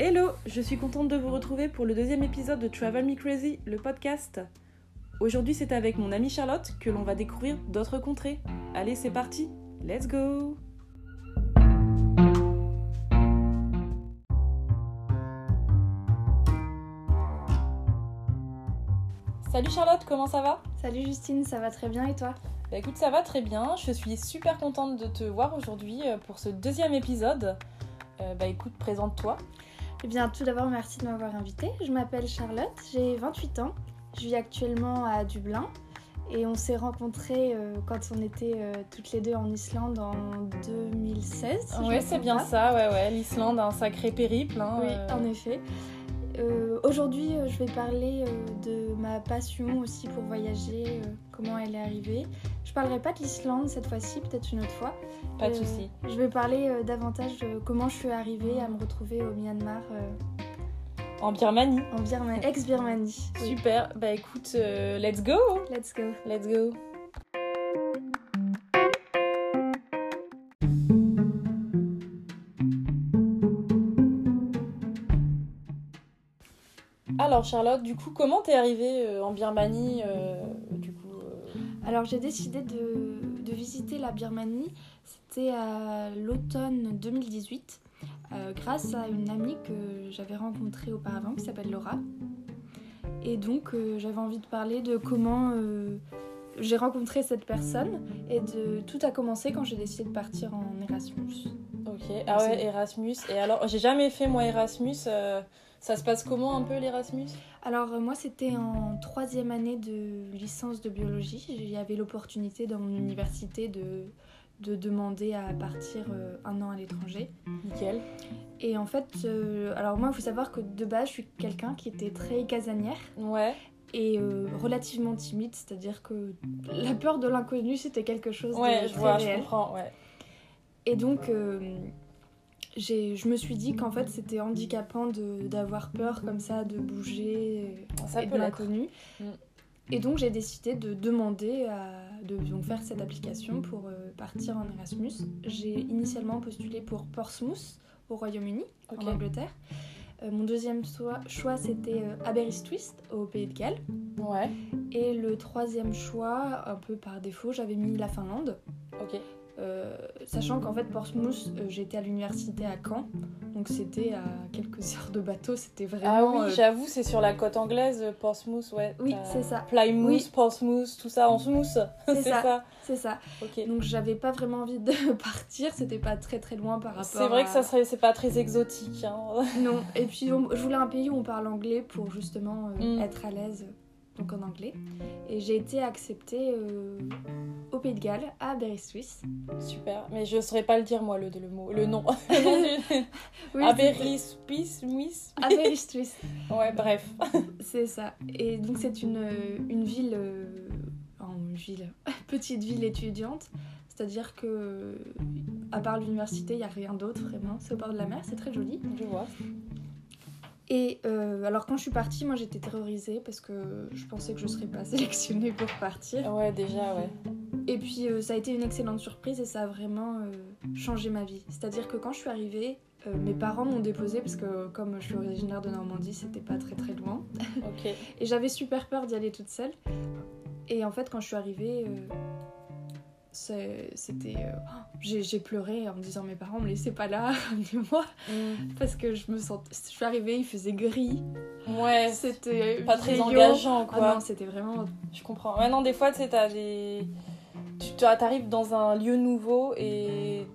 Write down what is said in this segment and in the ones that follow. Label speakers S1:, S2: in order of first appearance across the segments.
S1: Hello, je suis contente de vous retrouver pour le deuxième épisode de Travel Me Crazy, le podcast. Aujourd'hui, c'est avec mon amie Charlotte que l'on va découvrir d'autres contrées. Allez, c'est parti, let's go Salut Charlotte, comment ça va
S2: Salut Justine, ça va très bien et toi
S1: Bah écoute, ça va très bien. Je suis super contente de te voir aujourd'hui euh, pour ce deuxième épisode. Euh, bah écoute, présente-toi.
S2: Eh bien, tout d'abord, merci de m'avoir invitée. Je m'appelle Charlotte, j'ai 28 ans, je vis actuellement à Dublin et on s'est rencontrés euh, quand on était euh, toutes les deux en Islande en 2016. si je me
S1: ouais, c'est
S2: trompe
S1: bien
S2: pas.
S1: ça. Ouais, ouais, l'Islande a un sacré périple. hein,
S2: Oui,
S1: euh,
S2: en effet. Euh, Aujourd'hui, euh, je vais parler euh, de ma passion aussi pour voyager, euh, comment elle est arrivée. Je parlerai pas de l'Islande cette fois-ci, peut-être une autre fois.
S1: Pas de
S2: Euh,
S1: souci.
S2: Je vais parler euh, davantage de comment je suis arrivée à me retrouver au Myanmar, euh,
S1: En Birmanie.
S2: en Birmanie, ex-Birmanie. Oui.
S1: Super. Bah écoute, euh, let's go.
S2: Let's go.
S1: Let's go. Alors Charlotte, du coup, comment t'es arrivée euh, en Birmanie euh, Du coup, euh,
S2: Alors j'ai décidé de, de visiter la Birmanie, c'était à l'automne 2018, euh, grâce à une amie que j'avais rencontrée auparavant qui s'appelle Laura. Et donc euh, j'avais envie de parler de comment euh, j'ai rencontré cette personne et de tout a commencé quand j'ai décidé de partir en Erasmus.
S1: ok. Ah ouais,
S2: C'est-
S1: Erasmus. Et alors, j'ai jamais fait moi Erasmus. euh, ça se passe comment un peu l'Erasmus
S2: Alors euh, moi c'était en troisième année de licence de biologie. Il y avait l'opportunité dans mon université de, de demander à partir euh, un an à l'étranger.
S1: Nickel.
S2: Et en fait, euh, alors moi il faut savoir que de base je suis quelqu'un qui était très casanière
S1: Ouais.
S2: et euh, relativement timide, c'est-à-dire que la peur de l'inconnu c'était quelque chose
S1: Ouais,
S2: de
S1: je
S2: très
S1: vois, je
S2: réel.
S1: comprends. Ouais.
S2: Et donc, euh, j'ai- je me suis dit qu'en fait, c'était handicapant de- d'avoir peur comme ça, de bouger euh,
S1: Ça
S2: et
S1: peut
S2: de
S1: l'être.
S2: l'inconnu.
S1: Mm.
S2: Et donc, j'ai décidé de demander à, de donc, faire cette application pour euh, partir en Erasmus. J'ai initialement postulé pour Portsmouth au Royaume-Uni,
S1: Ok.
S2: en Angleterre. Euh, mon deuxième choix, choix, c'était euh, Aberystwyth au Pays de Galles.
S1: Ouais.
S2: Et le troisième choix, un peu par défaut, j'avais mis la Finlande.
S1: Ok.
S2: Euh, sachant qu'en fait Portsmouth, euh, j'étais à l'université à Caen, donc c'était à quelques heures de bateau, c'était
S1: Ah
S2: vraiment.
S1: oui,
S2: euh,
S1: j'avoue, c'est sur la côte anglaise, euh, Portsmouth, ouais.
S2: oui,
S1: t'as-
S2: c'est ça,
S1: Plymouth,
S2: Oui.
S1: Portsmouth, tout ça en smousse.
S2: C'est ça. c'est ça.
S1: Ok.
S2: Donc j'avais pas vraiment envie de partir, c'était pas très très loin par rapport.
S1: C'est vrai
S2: à-
S1: que ça serait, c'est pas très exotique. hein.
S2: Non. Et puis on- je voulais un pays où on parle anglais pour justement euh,
S1: Mm.
S2: être à l'aise, donc en anglais. Et j'ai été acceptée euh, au Pays de Galles, à Aberystwyth.
S1: Super. Mais je saurais pas le dire moi le, le mot, le nom. Le nom du-
S2: Oui,
S1: Aberystwyth, Smith.
S2: c'était- Aberystwyth.
S1: Ouais, bref.
S2: C'est ça. Et donc c'est une, euh, une ville, euh, enfin, une ville, petite ville étudiante. C'est-à-dire que, euh, à part l'université, il n'y a rien d'autre vraiment. C'est au bord de la mer, c'est très joli.
S1: Je vois.
S2: Et euh, alors quand je suis partie, moi j'étais terrorisée parce que je pensais que je serais pas sélectionnée pour partir.
S1: Ouais, déjà, ouais.
S2: Et puis euh, ça a été une excellente surprise et ça a vraiment euh, changé ma vie. C'est-à-dire que quand je suis arrivée, euh, mes parents m'ont déposée parce que comme je suis originaire de Normandie, c'était pas très très loin.
S1: Ok.
S2: Et j'avais super peur d'y aller toute seule. Et en fait, quand je suis arrivée, euh, c'est- c'était. euh, oh, j'ai j'ai pleuré en me disant mes parents, me laissez pas là, ramenez-moi.
S1: Mm.
S2: Parce que je me sentais. Je suis arrivée, il faisait gris.
S1: Ouais, c'est
S2: C'était.
S1: pas très
S2: vieillot.
S1: engageant
S2: Ah
S1: quoi.
S2: non, c'était vraiment.
S1: Je comprends. Ouais, non, des fois, tu sais, t'as des. Tu t'as- t'arrives dans un lieu nouveau et.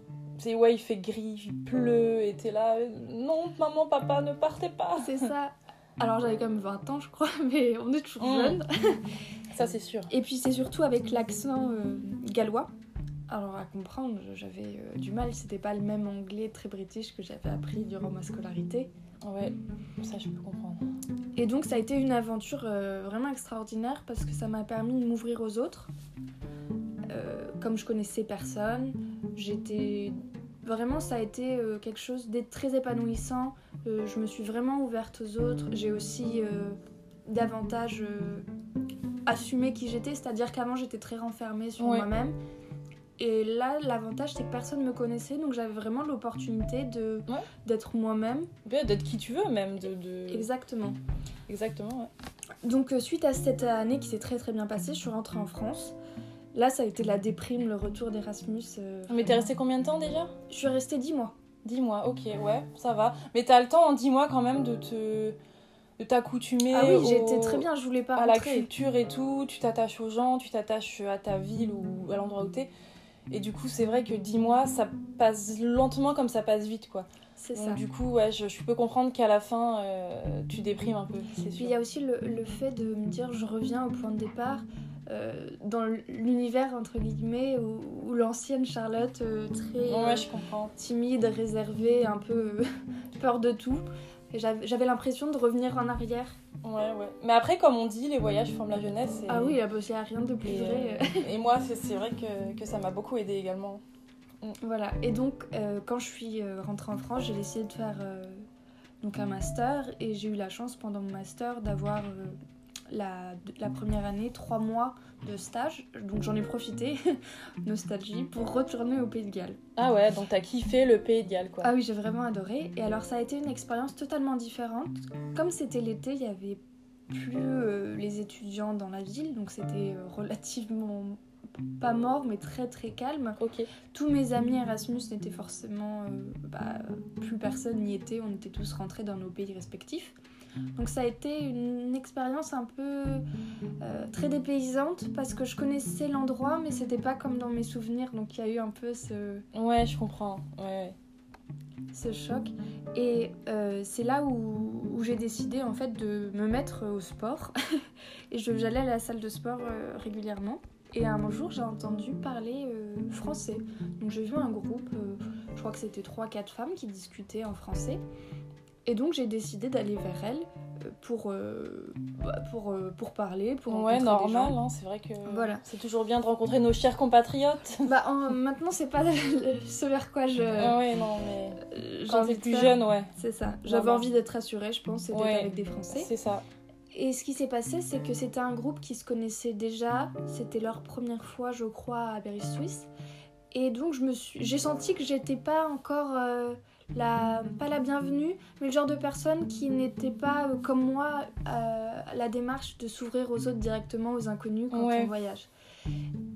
S1: C'est ouais, il fait gris, il pleut, et t'es là. euh, Non, maman, papa, ne partez pas.
S2: C'est ça. Alors j'avais quand même 20 ans, je crois, mais on est toujours
S1: Mm.
S2: jeunes.
S1: Ça, c'est sûr.
S2: Et puis c'est surtout avec l'accent euh, gallois. Alors à comprendre, j'avais euh, du mal, c'était pas le même anglais très british que j'avais appris durant ma scolarité.
S1: Ouais, ça, je peux comprendre.
S2: Et donc ça a été une aventure euh, vraiment extraordinaire parce que ça m'a permis de m'ouvrir aux autres. Euh, comme je connaissais personne, j'étais vraiment ça a été euh, quelque chose de très épanouissant. Euh, je me suis vraiment ouverte aux autres. J'ai aussi euh, davantage euh, assumé qui j'étais, c'est-à-dire qu'avant j'étais très renfermée sur
S1: Ouais.
S2: moi-même. Et là, l'avantage, c'est que personne ne me connaissait, donc j'avais vraiment l'opportunité de
S1: Ouais.
S2: d'être moi-même.
S1: Ouais, D'être qui tu veux, même. De, de-
S2: Exactement.
S1: Exactement, ouais.
S2: Donc euh, suite à cette année qui s'est très très bien passée, je suis rentrée en France. Là, ça a été la déprime, le retour d'Erasmus. euh,
S1: Ah, Mais t'es resté combien de temps déjà
S2: Je suis restée 10 mois.
S1: Dis-moi, ok, ouais, ça va. Mais t'as le temps en 10 mois quand même de te de t'accoutumer
S2: ah oui,
S1: au-
S2: j'étais très bien, je voulais pas
S1: à la
S2: rentrer.
S1: culture et tout. Tu t'attaches aux gens, tu t'attaches à ta ville ou à l'endroit où t'es. Et du coup, c'est vrai que 10 mois, ça passe lentement comme ça passe vite, quoi.
S2: C'est
S1: Donc
S2: ça.
S1: du coup, ouais, je, je peux comprendre qu'à la fin, euh, tu déprimes un peu, c'est
S2: Puis
S1: sûr.
S2: il y a aussi le, le fait de me dire je reviens au point de départ, euh, dans l'univers entre guillemets, où, où l'ancienne Charlotte, euh, très
S1: Ouais,
S2: euh,
S1: je comprends.
S2: timide, réservée, un peu euh, peur de tout. Et J'avais j'avais l'impression de revenir en arrière.
S1: Ouais, ouais. Mais après, comme on dit, les voyages forment la jeunesse. Et,
S2: Ah oui, là, bah, c'est rien de plus
S1: et,
S2: vrai.
S1: euh, et moi, c'est c'est vrai que, que ça m'a beaucoup aidé également.
S2: Voilà, et donc euh, quand je suis euh, rentrée en France, j'ai décidé de faire euh, donc un master et j'ai eu la chance pendant mon master d'avoir euh, la, de- la première année trois mois de stage, donc j'en ai profité, nostalgie, pour retourner au Pays de Galles.
S1: Ah ouais, donc t'as kiffé le Pays de Galles, quoi.
S2: Ah oui, j'ai vraiment adoré, et alors ça a été une expérience totalement différente. Comme c'était l'été, il y avait plus euh, les étudiants dans la ville, donc c'était euh, relativement pas mort mais très très calme.
S1: Ok.
S2: Tous mes amis Erasmus n'étaient forcément. euh, bah, plus personne n'y était, on était tous rentrés dans nos pays respectifs. Donc ça a été une expérience un peu euh, très dépaysante parce que je connaissais l'endroit mais c'était pas comme dans mes souvenirs donc il y a eu un peu ce,
S1: Ouais, je comprends. Ouais, ouais.
S2: ce choc. Et euh, c'est là où, où j'ai décidé en fait de me mettre au sport et je- j'allais à la salle de sport euh, régulièrement. Et un jour, j'ai entendu parler euh, français. Donc j'ai vu un groupe, euh, je crois que c'était 3-4 femmes qui discutaient en français. Et donc j'ai décidé d'aller vers elles euh, pour, euh, bah, pour, euh, pour parler, pour
S1: ouais,
S2: rencontrer des gens.
S1: normal, hein, c'est vrai que
S2: Voilà.
S1: c'est toujours bien de rencontrer nos chers compatriotes.
S2: Bah, en- maintenant, c'est pas ce vers quoi je...
S1: Ah ouais, non, mais
S2: euh, j'ai
S1: quand
S2: envie
S1: t'es
S2: de
S1: plus
S2: faire.
S1: jeune, ouais,
S2: C'est ça. J'avais
S1: Normal.
S2: envie d'être rassurée, je pense, et d'être
S1: bah. Ouais.
S2: avec des Français.
S1: c'est ça.
S2: Et ce qui s'est passé, c'est que c'était un groupe qui se connaissait déjà. C'était leur première fois, je crois, à Berry Suisse. Et donc, je me suis, j'ai senti que j'étais pas encore euh, la, pas la bienvenue, mais le genre de personne qui n'était pas euh, comme moi euh, la démarche de s'ouvrir aux autres directement, aux inconnus quand
S1: Ouais.
S2: on voyage.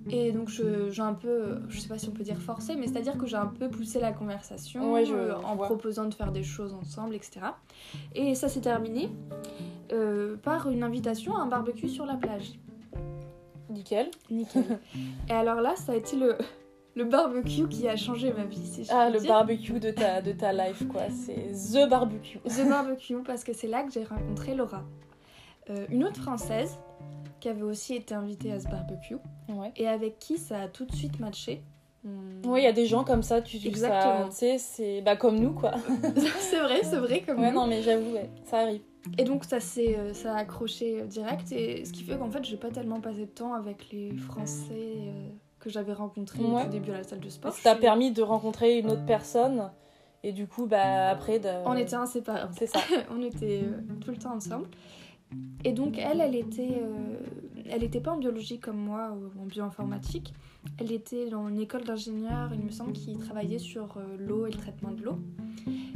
S2: Et donc, je- j'ai un peu, je sais pas si on peut dire forcé, mais c'est-à-dire que j'ai un peu poussé la conversation
S1: Ouais, je-
S2: euh,
S1: je
S2: en
S1: vois.
S2: proposant de faire des choses ensemble, etc. Et ça s'est terminé euh, par une invitation à un barbecue sur la plage.
S1: Nickel.
S2: Nickel. Et alors là, ça a été le, le barbecue qui a changé ma vie, si je
S1: Ah,
S2: puis
S1: le
S2: dire.
S1: barbecue de ta, de ta life, quoi. C'est The Barbecue.
S2: The barbecue, parce que c'est là que j'ai rencontré Laura. Euh, une autre française qui avait aussi été invitée à ce barbecue
S1: Ouais.
S2: et avec qui ça a tout de suite matché. Hmm.
S1: Ouais, il y a des gens comme ça, tu
S2: Exactement.
S1: ça- Tu sais, c'est bah, comme nous, quoi.
S2: c'est vrai, c'est vrai comme
S1: Ouais,
S2: nous.
S1: non, mais j'avoue, ouais, ça arrive.
S2: Et donc ça s'est euh, ça a accroché euh, direct et ce qui fait qu'en fait j'ai pas tellement passé de temps avec les Français euh, que j'avais rencontrés au
S1: Ouais.
S2: tout début à la salle de sport.
S1: ça t'a
S2: Je-
S1: permis de rencontrer une autre personne, et du coup, bah, après, de...
S2: On était inséparables.
S1: C'est ça.
S2: on était euh, tout le temps ensemble. Et donc elle, elle était, euh, elle était pas en biologie comme moi ou en bioinformatique. Elle était dans une école d'ingénieur, il me semble, qui travaillait sur euh, l'eau et le traitement de l'eau.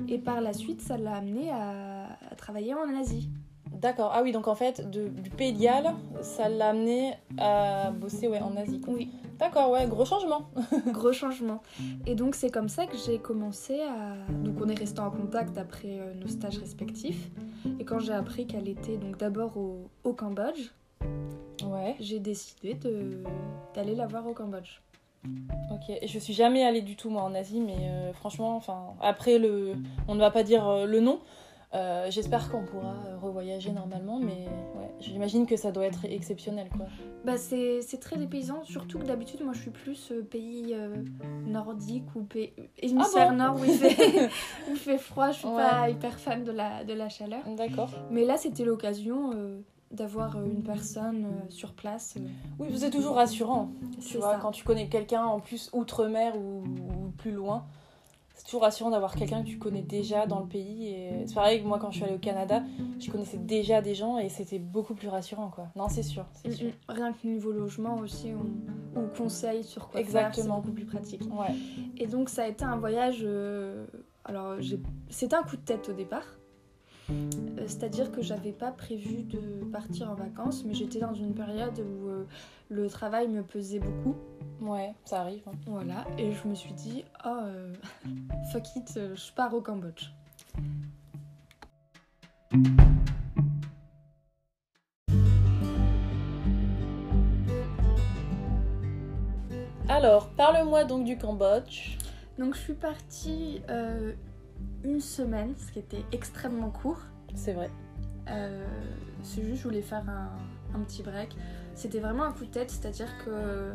S2: Et par la suite, ça l'a amenée à, à travailler en Asie.
S1: D'accord. Ah oui, donc en fait, de- du Pays de Galles, ça l'a amené à bosser ouais, en Asie. quoi.
S2: Oui.
S1: D'accord, ouais, gros changement.
S2: Gros changement. Et donc c'est comme ça que j'ai commencé à. Donc on est resté en contact après euh, nos stages respectifs. Et quand j'ai appris qu'elle était donc d'abord au- au Cambodge,
S1: Ouais.
S2: j'ai décidé de d'aller la voir au Cambodge.
S1: Ok, Et je suis jamais allée du tout moi en Asie, mais euh, franchement, enfin, après le, on ne va pas dire euh, le nom. Euh, J'espère qu'on pourra euh, revoyager normalement, mais ouais, j'imagine que ça doit être exceptionnel quoi.
S2: Bah c'est c'est très dépaysant, surtout que d'habitude moi je suis plus euh, pays euh, nordique ou pays hémisphère
S1: Ah bon
S2: nord où il, fait, où il fait froid, je suis
S1: Ouais.
S2: pas hyper fan de la, de la chaleur.
S1: D'accord.
S2: Mais là c'était l'occasion euh, d'avoir euh, une personne euh, sur place. euh,
S1: Oui, c'est toujours rassurant, hein, tu
S2: c'est
S1: vois,
S2: ça.
S1: quand tu connais quelqu'un en plus outre-mer ou, ou plus loin. c'est toujours rassurant d'avoir quelqu'un que tu connais déjà dans le pays. Et c'est pareil que moi, quand je suis allée au Canada, je connaissais déjà des gens et c'était beaucoup plus rassurant, quoi. Non, c'est sûr,
S2: Mm,
S1: c'est sûr.
S2: Rien que niveau logement aussi, on, on conseille sur quoi faire, c'est
S1: Exactement.
S2: beaucoup plus pratique.
S1: Ouais.
S2: Et donc ça a été un voyage. euh, alors j'ai- c'était un coup de tête au départ. Euh, C'est-à-dire que j'avais pas prévu de partir en vacances, mais j'étais dans une période où euh, le travail me pesait beaucoup.
S1: Ouais, ça arrive. hein.
S2: Voilà, et je me suis dit, oh, euh, fuck it, euh, je pars au Cambodge.
S1: Alors, parle-moi donc du Cambodge.
S2: Donc je suis partie euh, une semaine, ce qui était extrêmement court.
S1: C'est vrai.
S2: Euh, c'est juste, je voulais faire un, un petit break. C'était vraiment un coup de tête, c'est-à-dire que euh,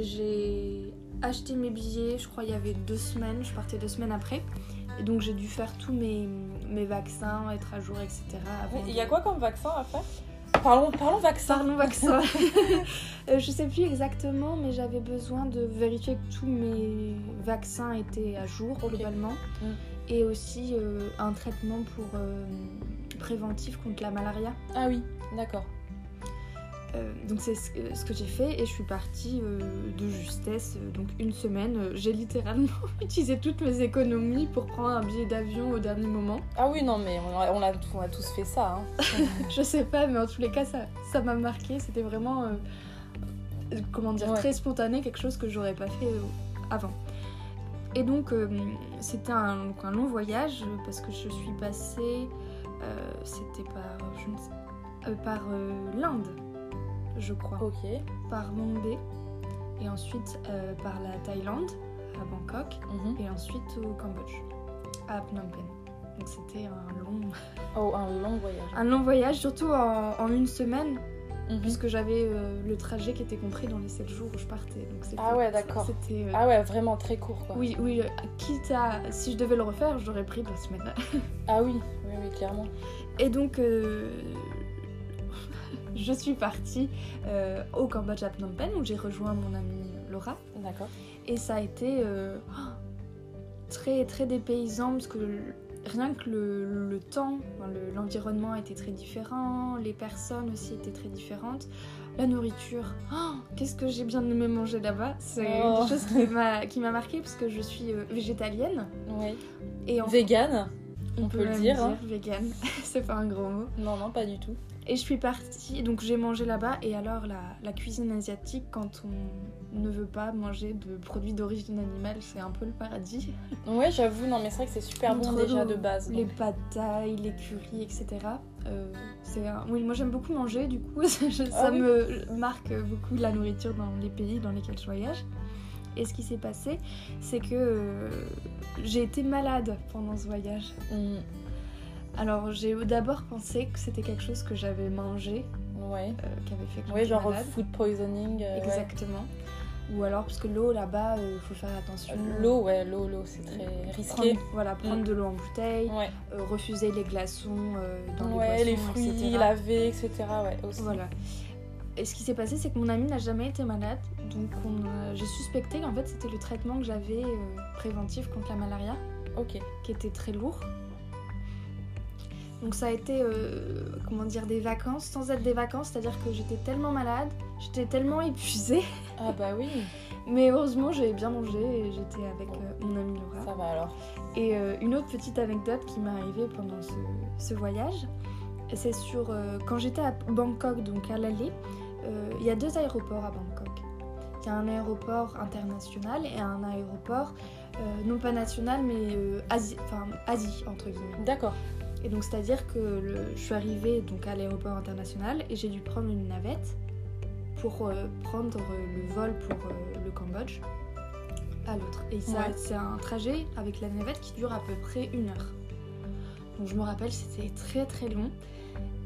S2: j'ai acheté mes billets, je crois il y avait deux semaines, je partais deux semaines après. Et donc j'ai dû faire tous mes, mes vaccins, être à jour, etc. avant
S1: Il
S2: de-
S1: y a quoi comme vaccin à faire Parlons, parlons vaccin.
S2: Parlons vaccin. Euh, je sais plus exactement, mais j'avais besoin de vérifier que tous mes vaccins étaient à jour
S1: Ok.
S2: globalement.
S1: Mm.
S2: Et aussi euh, un traitement pour euh, préventif contre la malaria.
S1: Ah oui, d'accord.
S2: Euh, donc c'est ce que, ce que j'ai fait et je suis partie euh, de justesse, euh, donc une semaine. Euh, J'ai littéralement utilisé toutes mes économies pour prendre un billet d'avion au dernier moment.
S1: Ah oui, non, mais on a, on a, on a tous fait ça. hein.
S2: Je sais pas, mais en tous les cas, ça ça m'a marqué. C'était vraiment, euh, euh, comment dire,
S1: Ouais.
S2: très spontané, quelque chose que j'aurais pas fait euh, avant. Et donc, euh, c'était un, donc un long voyage euh, parce que je suis passée, euh, c'était par, je ne sais- euh, par euh, l'Inde, je crois,
S1: Ok.
S2: par Bombay, et ensuite euh, par la Thaïlande, à Bangkok,
S1: Mhm.
S2: et ensuite au Cambodge, à Phnom Penh. Donc, c'était un long,
S1: Oh, un long voyage.
S2: un long voyage, surtout en- en une semaine.
S1: Mhm.
S2: Puisque j'avais euh, le trajet qui était compris dans les 7 jours où je partais. Donc c'était-
S1: Ah ouais, d'accord.
S2: C'était. euh,
S1: Ah ouais, vraiment très court, quoi.
S2: Oui, oui, euh, quitte à. Si je devais le refaire, j'aurais pris deux semaines.
S1: Ah oui, oui, oui, clairement.
S2: Et donc. euh, je suis partie euh, au Cambodge à Phnom Penh où j'ai rejoint mon amie Laura.
S1: D'accord.
S2: Et ça a été euh, très, très dépaysant parce que le- rien que le, le temps, enfin, le- l'environnement était très différent, les personnes aussi étaient très différentes. La nourriture, oh, qu'est-ce que j'ai bien aimé manger là-bas C'est
S1: Oh.
S2: une chose qui m'a, qui m'a marquée parce que je suis euh, végétalienne.
S1: Oui.
S2: Et en-
S1: Vegan on peut le
S2: même
S1: dire, hein.
S2: vegan, c'est pas un gros mot.
S1: Non, non, pas du tout.
S2: Et je suis partie, donc j'ai mangé là-bas. Et alors, la, la cuisine asiatique, quand on ne veut pas manger de produits d'origine animale, c'est un peu le paradis.
S1: Ouais, j'avoue, non, mais c'est vrai que c'est super bon
S2: Entre
S1: déjà
S2: le-
S1: de base.
S2: Les
S1: donc.
S2: pâtes thaï, les currys, etc. Euh, c'est un- Oui, moi j'aime beaucoup manger, du coup, ça, je- ça
S1: Ah oui.
S2: me marque beaucoup la nourriture dans les pays dans lesquels je voyage. Et ce qui s'est passé, c'est que euh, j'ai été malade pendant ce voyage.
S1: Mm,
S2: Alors j'ai d'abord pensé que c'était quelque chose que j'avais mangé,
S1: Ouais.
S2: euh, qui avait fait que
S1: Ouais,
S2: j'étais
S1: genre
S2: malade.
S1: food poisoning. euh, ouais.
S2: Exactement. Ou alors, parce que l'eau là-bas, il faut faire attention. Euh,
S1: L'eau, ouais, l'eau, l'eau, c'est très risqué. Mm.
S2: Prendre- voilà, prendre de l'eau en bouteille,
S1: Ouais,
S2: euh, refuser les glaçons euh, dans
S1: ouais
S2: les
S1: les
S2: boissons,
S1: fruits
S2: etc.
S1: lavés, etc. Ouais, aussi.
S2: Voilà. Et ce qui s'est passé, c'est que mon amie n'a jamais été malade, donc on a- j'ai suspecté qu'en fait c'était le traitement que j'avais euh, préventif contre la malaria,
S1: Ok.
S2: qui était très lourd. Donc ça a été, euh, comment dire, des vacances, sans être des vacances, c'est-à-dire que j'étais tellement malade, j'étais tellement épuisée,
S1: Ah bah oui,
S2: mais heureusement j'avais bien mangé et j'étais avec euh, mon amie Laura.
S1: ça va alors.
S2: Et euh, une autre petite anecdote qui m'est arrivée pendant ce, ce voyage, c'est sur euh, quand j'étais à Bangkok, donc à l'aller, euh, il y a deux aéroports à Bangkok. Il y a un aéroport international et un aéroport euh, non pas national mais euh, Asie, enfin, Asie entre guillemets.
S1: D'accord.
S2: Et donc c'est-à-dire que le- je suis arrivée donc à l'aéroport international et j'ai dû prendre une navette pour euh, prendre euh, le vol pour euh, le Cambodge à l'autre. Et ça,
S1: Ouais.
S2: c'est un trajet avec la navette qui dure à peu près une heure. Donc je me rappelle, c'était très très long.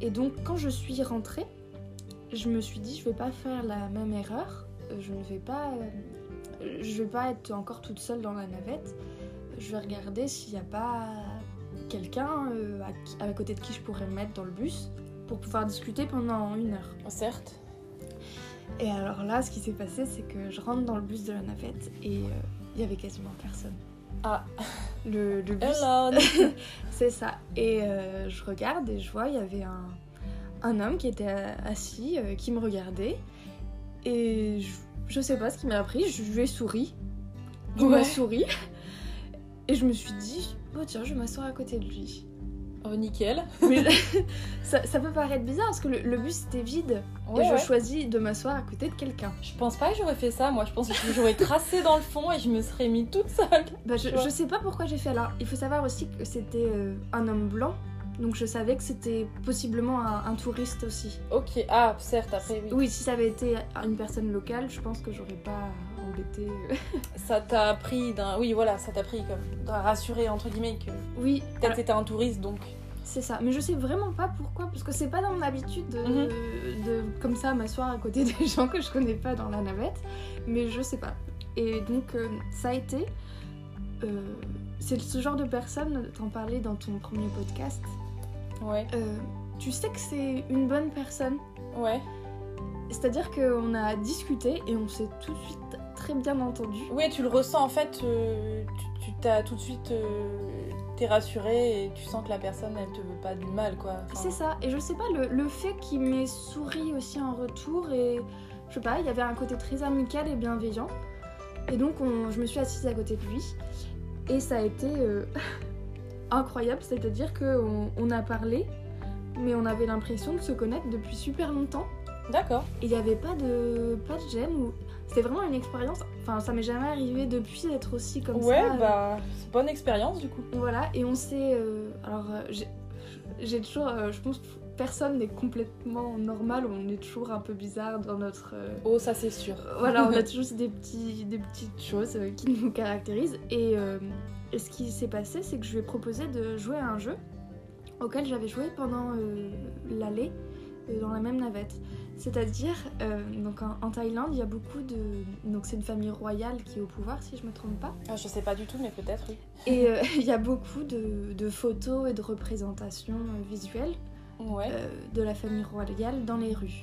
S2: Et donc quand je suis rentrée, je me suis dit je vais pas faire la même erreur. Euh, Je ne vais pas, euh, je vais pas être encore toute seule dans la navette. Je vais regarder s'il n'y a pas quelqu'un euh, à, qui- à côté de qui je pourrais me mettre dans le bus pour pouvoir discuter pendant une heure.
S1: Certes.
S2: Et alors là, ce qui s'est passé, c'est que je rentre dans le bus de la navette et euh, il y avait quasiment personne.
S1: Ah.
S2: le, le bus.
S1: Elon
S2: C'est ça. Et euh, je regarde et je vois, il y avait un, un homme qui était euh, assis, euh, qui me regardait. Et je, je sais pas ce qui m'a pris, je lui ai souri. Il m'a
S1: Ouais.
S2: souri. Et je me suis dit, oh tiens, je vais m'asseoir à côté de lui.
S1: Oh, nickel.
S2: Mais ça, ça peut paraître bizarre parce que le, le bus était vide et
S1: Ouais,
S2: je
S1: ouais.
S2: choisis de m'asseoir à côté de quelqu'un.
S1: Je pense pas que j'aurais fait ça, moi. Je pense que j'aurais tracé dans le fond et je me serais mis toute seule.
S2: Bah, je,
S1: Tu vois.
S2: je sais pas pourquoi j'ai fait. Alors, il faut savoir aussi que c'était euh, un homme blanc, donc je savais que c'était possiblement un- un touriste aussi.
S1: Ok, ah, certes, après, oui.
S2: Oui, si ça avait été une personne locale, je pense que j'aurais pas embêté. euh.
S1: Ça t'a pris d'un. Oui, voilà, ça t'a pris comme. T'as rassuré, entre guillemets, que
S2: Oui,
S1: peut-être t'étais un touriste donc.
S2: alors, c'est ça. Mais je sais vraiment pas pourquoi, parce que c'est pas dans mon habitude de, de- comme ça m'asseoir à côté des gens que je connais pas dans la navette. Mais je sais pas. Et donc euh, ça a été. euh, c'est ce genre de personne, t'en parlais dans ton premier podcast.
S1: Ouais,
S2: euh, tu sais que c'est une bonne personne.
S1: ouais.
S2: C'est-à-dire qu'on a discuté et on s'est tout de suite très bien entendu.
S1: Oui, tu le ressens en fait, euh, tu- tu t'as tout de suite. euh, T'es rassuré et tu sens que la personne elle te veut pas du mal quoi. Enfin,
S2: C'est ça, et je sais pas, le, le fait qu'il m'ait souri aussi en retour, et je sais pas, il y avait un côté très amical et bienveillant. Et donc, on- je me suis assise à côté de lui, et ça a été euh, incroyable, c'est-à-dire qu'on on a parlé, mais on avait l'impression de se connaître depuis super longtemps.
S1: D'accord.
S2: Et il n'y avait pas de, pas de gêne, ou... c'était vraiment une expérience, enfin, ça m'est jamais arrivé depuis d'être aussi comme
S1: Ouais,
S2: ça. euh,
S1: bah, c'est bonne expérience du coup.
S2: voilà, et on s'est. euh, alors, euh, j'ai- j'ai toujours. euh, je pense que personne n'est complètement normal, on est toujours un peu bizarre dans notre. euh,
S1: Oh, ça c'est sûr.
S2: voilà, on a toujours des, petits, des petites choses euh, qui nous caractérisent. Et, euh, et ce qui s'est passé, c'est que je lui ai proposé de jouer à un jeu auquel j'avais joué pendant euh, l'allée euh, dans la même navette. C'est-à-dire, euh, donc en, en Thaïlande, il y a beaucoup de. Donc, c'est une famille royale qui est au pouvoir, si je me trompe pas.
S1: Ah, je sais pas du tout, mais peut-être oui.
S2: Et euh, il y a beaucoup de, de photos et de représentations euh, visuelles
S1: Ouais.
S2: euh, de la famille royale dans les rues.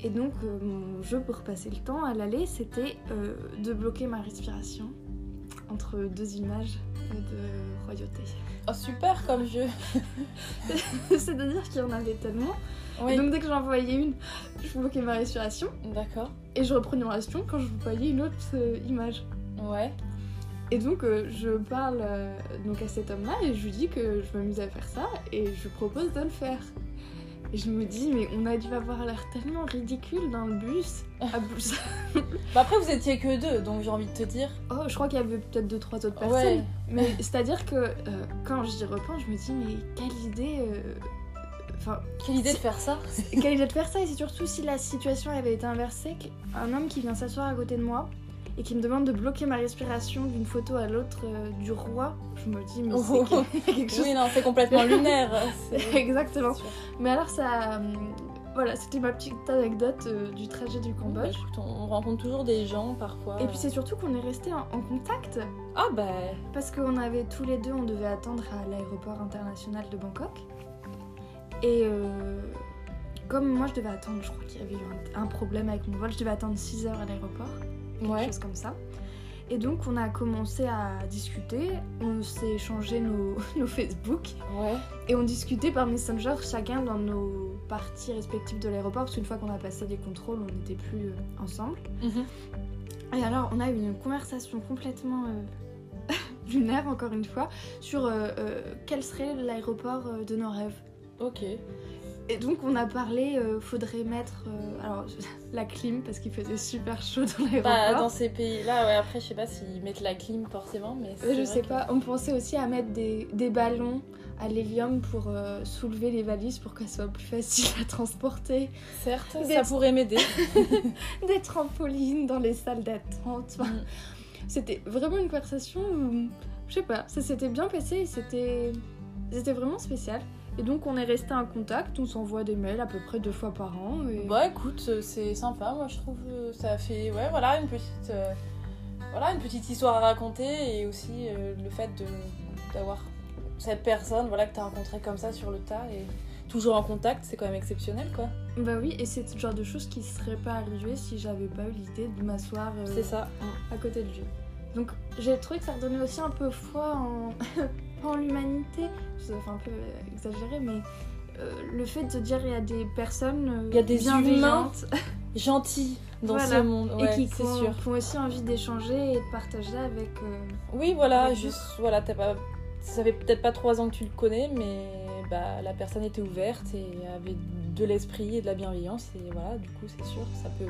S2: Et donc, euh, mon jeu pour passer le temps à l'aller, c'était euh, de bloquer ma respiration entre deux images euh, de royauté.
S1: Oh, super comme jeu.
S2: C'est-à-dire qu'il y en avait tellement. Et
S1: Oui.
S2: donc, dès que j'en voyais une, je bloquais ma respiration
S1: D'accord.
S2: et je reprenais ma respiration quand je voyais une autre euh, image.
S1: Ouais.
S2: Et donc euh, je parle euh, donc à cet homme-là et je lui dis que je m'amuse à faire ça et je lui propose de le faire. Et je me dis mais on a dû avoir l'air tellement ridicule dans le bus. Ah, À bus.
S1: Bah après vous étiez que deux, donc j'ai envie de te dire.
S2: oh je crois qu'il y avait peut-être deux trois autres personnes.
S1: Ouais.
S2: Mais c'est-à-dire que euh, quand j'y repense je me dis mais quelle idée. euh, Enfin,
S1: Quelle idée de faire ça
S2: quelle idée de faire ça et c'est surtout si la situation avait été inversée, un homme qui vient s'asseoir à côté de moi et qui me demande de bloquer ma respiration d'une photo à l'autre euh, du roi, je me dis mais
S1: Oh.
S2: c'est quel- quelque chose
S1: Oui, non, c'est complètement lunaire. C'est-
S2: Exactement.
S1: c'est sûr.
S2: Mais alors ça... euh, Voilà, c'était ma petite anecdote euh, du trajet du
S1: Bah,
S2: Cambodge.
S1: écoute, on- on rencontre toujours des gens parfois.
S2: Et puis c'est surtout qu'on est resté en, en contact
S1: Ah bah.
S2: parce qu'on avait tous les deux, on devait attendre à l'aéroport international de Bangkok. Et euh, comme moi je devais attendre, je crois qu'il y avait eu un, un problème avec mon vol, je devais attendre 6 heures à l'aéroport, quelque
S1: Ouais.
S2: chose comme ça. Et donc on a commencé à discuter, on s'est échangé nos, nos Facebook.
S1: Ouais.
S2: Et on discutait par Messenger chacun dans nos parties respectives de l'aéroport, parce qu'une fois qu'on a passé des contrôles, on n'était plus euh, ensemble.
S1: Mhm.
S2: Et alors, on a eu une conversation complètement euh, lunaire, encore une fois, sur euh, euh, quel serait l'aéroport euh, de nos rêves.
S1: Ok.
S2: Et donc, on a parlé, euh, faudrait mettre euh, alors, la clim, parce qu'il faisait super chaud dans
S1: Bah,
S2: l'aéroport. Euh,
S1: dans ces pays-là, ouais, après, je sais pas s'ils mettent la clim forcément, mais.
S2: Euh,
S1: c'est
S2: Je
S1: vrai
S2: sais
S1: que-
S2: pas, on pensait aussi à mettre des, des ballons à l'hélium pour euh, soulever les valises pour qu'elles soient plus faciles à transporter.
S1: Certes,
S2: Des-
S1: ça pourrait m'aider.
S2: des trampolines dans les salles d'attente. Enfin,
S1: Mm.
S2: C'était vraiment une conversation où, je sais pas, ça s'était bien passé et c'était c'était vraiment spécial. Et donc on est resté en contact, on s'envoie des mails à peu près deux fois par an. Et...
S1: Bah écoute, euh, c'est sympa, moi je trouve euh, ça fait ouais voilà une petite euh, voilà une petite histoire à raconter et aussi euh, le fait de d'avoir cette personne voilà que t'as rencontrée comme ça sur le tas et toujours en contact, c'est quand même exceptionnel quoi.
S2: Bah oui, et c'est le genre de choses qui ne seraient pas arrivées si j'avais pas eu l'idée de m'asseoir euh,
S1: C'est ça.
S2: à côté de lui. Donc j'ai trouvé que ça redonnait aussi un peu foi en, en l'humanité. C'est enfin, un peu exagéré, mais euh, le fait de dire il y a des personnes euh,
S1: Il y a des
S2: bienveillantes
S1: Gentil dans
S2: Voilà.
S1: ce monde,
S2: et
S1: ouais,
S2: qui, qui
S1: c'est
S2: ont,
S1: sûr.
S2: qui ont aussi envie d'échanger et de partager avec. euh,
S1: Oui, voilà,
S2: Avec
S1: juste, voilà, t'as pas... ça fait peut-être pas trois ans que tu le connais, mais bah, la personne était ouverte et avait de l'esprit et de la bienveillance, et voilà, du coup, c'est sûr, ça peut,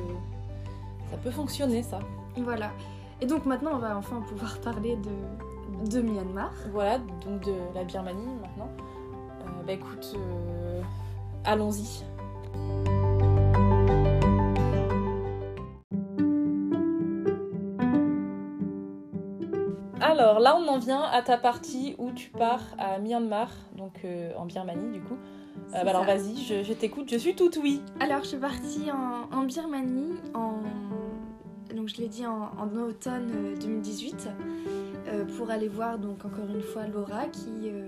S1: ça peut fonctionner, ça.
S2: Voilà. Et donc maintenant, on va enfin pouvoir parler de, de Myanmar.
S1: Voilà, donc de la Birmanie maintenant. Euh, bah écoute, euh, allons-y. Alors là, on en vient à ta partie où tu pars à Myanmar, donc euh, en Birmanie du coup. Euh, bah
S2: C'est
S1: alors
S2: ça.
S1: vas-y, je, je t'écoute, je suis tout oui.
S2: Alors, je suis partie en, en Birmanie, en, donc je l'ai dit en, en automne euh, 2018, euh, pour aller voir donc encore une fois Laura qui euh,